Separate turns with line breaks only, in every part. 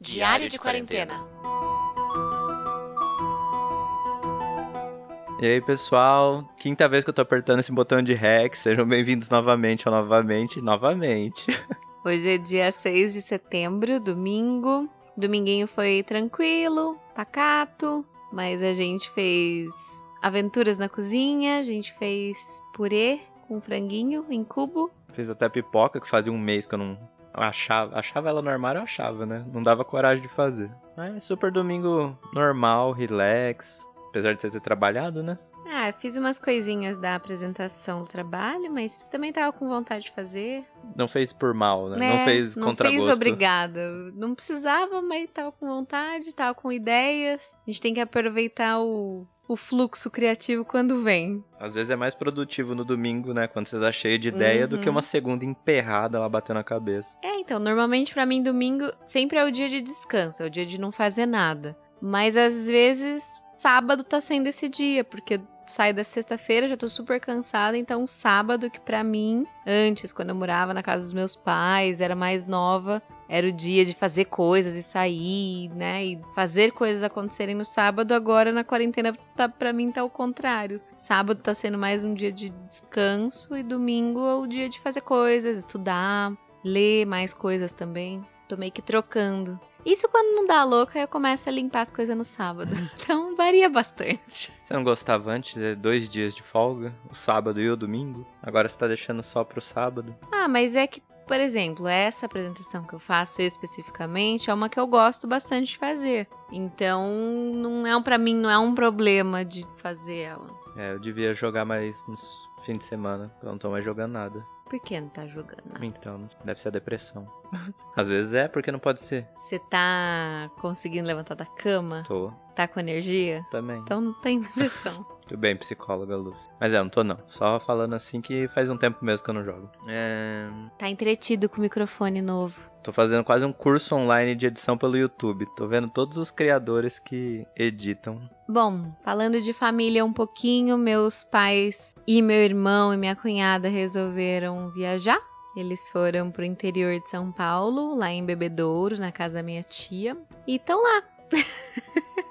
Diário de quarentena.
E aí, pessoal? Quinta vez que eu tô apertando esse botão de REC. Sejam bem-vindos novamente ou novamente, novamente.
Hoje é dia 6 de setembro, domingo. Dominguinho foi tranquilo, pacato, mas a gente fez aventuras na cozinha, a gente fez purê com franguinho em cubo.
Fiz até pipoca, que fazia um mês que eu não achava. Achava ela no armário, eu achava, né? Não dava coragem de fazer. Mas super domingo normal, relax. Apesar de você ter trabalhado, né?
Ah, eu fiz umas coisinhas da apresentação do trabalho, mas também tava com vontade de fazer.
Não fez por mal, né?
né?
Não fez
Não
contra
fiz
gosto.
obrigada. Não precisava, mas tava com vontade, tava com ideias. A gente tem que aproveitar o, o fluxo criativo quando vem.
Às vezes é mais produtivo no domingo, né? Quando você tá cheio de ideia, do que
Uhum.
uma segunda emperrada lá batendo a cabeça.
É, então, normalmente pra mim domingo sempre é o dia de descanso, é o dia de não fazer nada. Mas às vezes sábado tá sendo esse dia, porque eu saio da sexta-feira, já tô super cansada, então sábado que pra mim, antes, quando eu morava na casa dos meus pais, era mais nova, era o dia de fazer coisas e sair, né, e fazer coisas acontecerem no sábado, agora na quarentena tá para mim tá o contrário. Sábado tá sendo mais um dia de descanso e domingo é o dia de fazer coisas, estudar, ler mais coisas também. Tô meio que trocando. Isso quando não dá a louca, eu começo a limpar as coisas no sábado. Então varia bastante.
Você não gostava antes de dois dias de folga? O sábado e o domingo? Agora você tá deixando só pro sábado?
Ah, mas é que, por exemplo, essa apresentação que eu faço especificamente é uma que eu gosto bastante de fazer. Então, não é um para mim não é um problema de fazer ela.
É, eu devia jogar mais nos fins de semana, porque eu não tô mais jogando nada.
Por que não tá jogando? nada?
Então, deve ser a depressão. Às vezes é, porque não pode ser.
Você tá conseguindo levantar da cama?
Tô,
Tá com energia?
também.
Então não tem depressão.
Tudo bem, psicóloga Luz. Mas é, não tô não. Só falando assim que faz um tempo mesmo que eu não jogo. É...
tá entretido com o microfone novo.
Tô fazendo quase um curso online de edição pelo YouTube. Tô vendo todos os criadores que editam.
Bom, falando de família um pouquinho, meus pais e meu irmão e minha cunhada resolveram viajar. Eles foram pro interior de São Paulo, lá em Bebedouro, na casa da minha tia, e estão lá.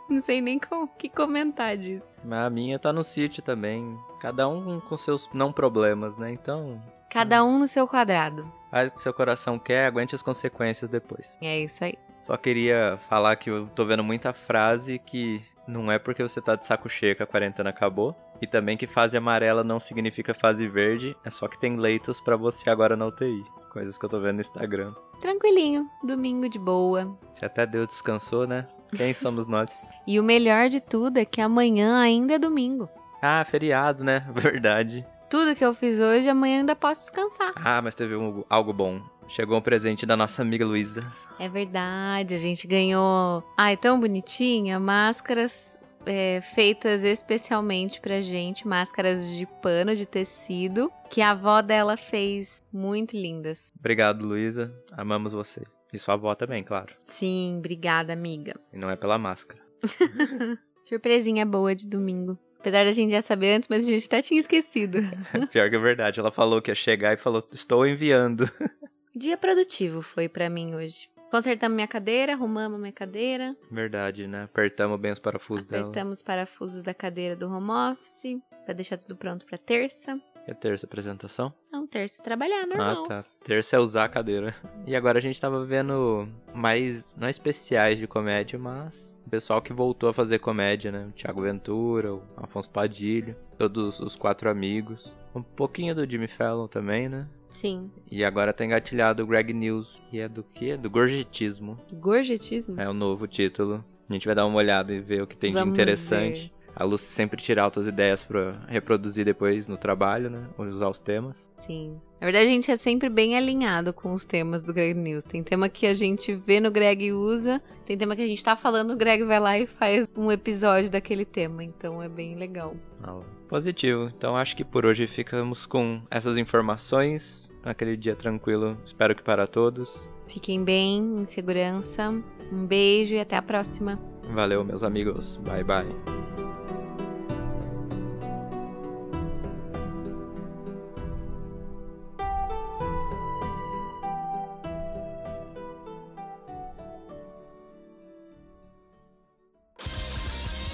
Não sei nem com- o que comentar disso.
Mas a minha tá no sítio também. Cada um com seus não problemas, né? Então,
Cada um no seu quadrado.
faz o que seu coração quer, aguente as consequências depois.
É isso aí.
Só queria falar que eu tô vendo muita frase que não é porque você tá de saco cheio que a quarentena acabou. E também que fase amarela não significa fase verde, é só que tem leitos pra você agora na UTI. Coisas que eu tô vendo no Instagram.
Tranquilinho, domingo de boa.
Que até Deus descansou, né? Quem somos nós?
E o melhor de tudo é que amanhã ainda é domingo.
Ah, feriado, né? Verdade.
Tudo que eu fiz hoje, amanhã ainda posso descansar.
Ah, mas teve um- algo bom. Chegou um presente da nossa amiga Luísa.
É verdade, a gente ganhou. Ai, tão bonitinha! Máscaras é, feitas especialmente pra gente, máscaras de pano de tecido, que a avó dela fez muito lindas.
Obrigado, Luísa. Amamos você. E sua avó também, claro.
Sim, obrigada, amiga.
E não é pela máscara.
Surpresinha boa de domingo. Apesar da gente já saber antes, mas a gente até tinha esquecido.
Pior que é verdade. Ela falou que ia chegar e falou: Estou enviando.
Dia produtivo foi pra mim hoje. Consertamos minha cadeira, arrumamos minha cadeira,
Verdade, né? Apertamos bem os parafusos dela.
apertamos os parafusos da cadeira do home office, pra deixar tudo pronto pra terça.
É terça apresentação?
Então, terça trabalhar, normal.
Ah, tá. Terça é usar a cadeira. E agora a gente tava vendo mais. Não especiais de comédia, mas. O pessoal que voltou a fazer comédia, né? O Thiago Ventura, o Afonso Padilha, todos os quatro amigos. Um pouquinho do Jimmy Fallon também, né?
Sim.
E agora tá engatilhado o Greg News, que é do quê? Do gorjetismo.
Gorjetismo?
É o novo título. A gente vai dar uma olhada e ver o que tem de
Vamos
interessante. A Lucy sempre tira altas ideias pra reproduzir depois no trabalho, né? Ou usar os temas.
Sim. Na verdade, a gente é sempre bem alinhado com os temas do Greg News. Tem tema que a gente vê no Greg e usa, tem tema que a gente tá falando, o Greg vai lá e faz um episódio daquele tema. Então é bem legal.
Ah, Positivo. Então acho que por hoje ficamos com essas informações. Aquele dia tranquilo, espero que para todos.
Fiquem bem, em segurança. Um beijo e até a próxima.
Valeu, meus amigos. Bye bye.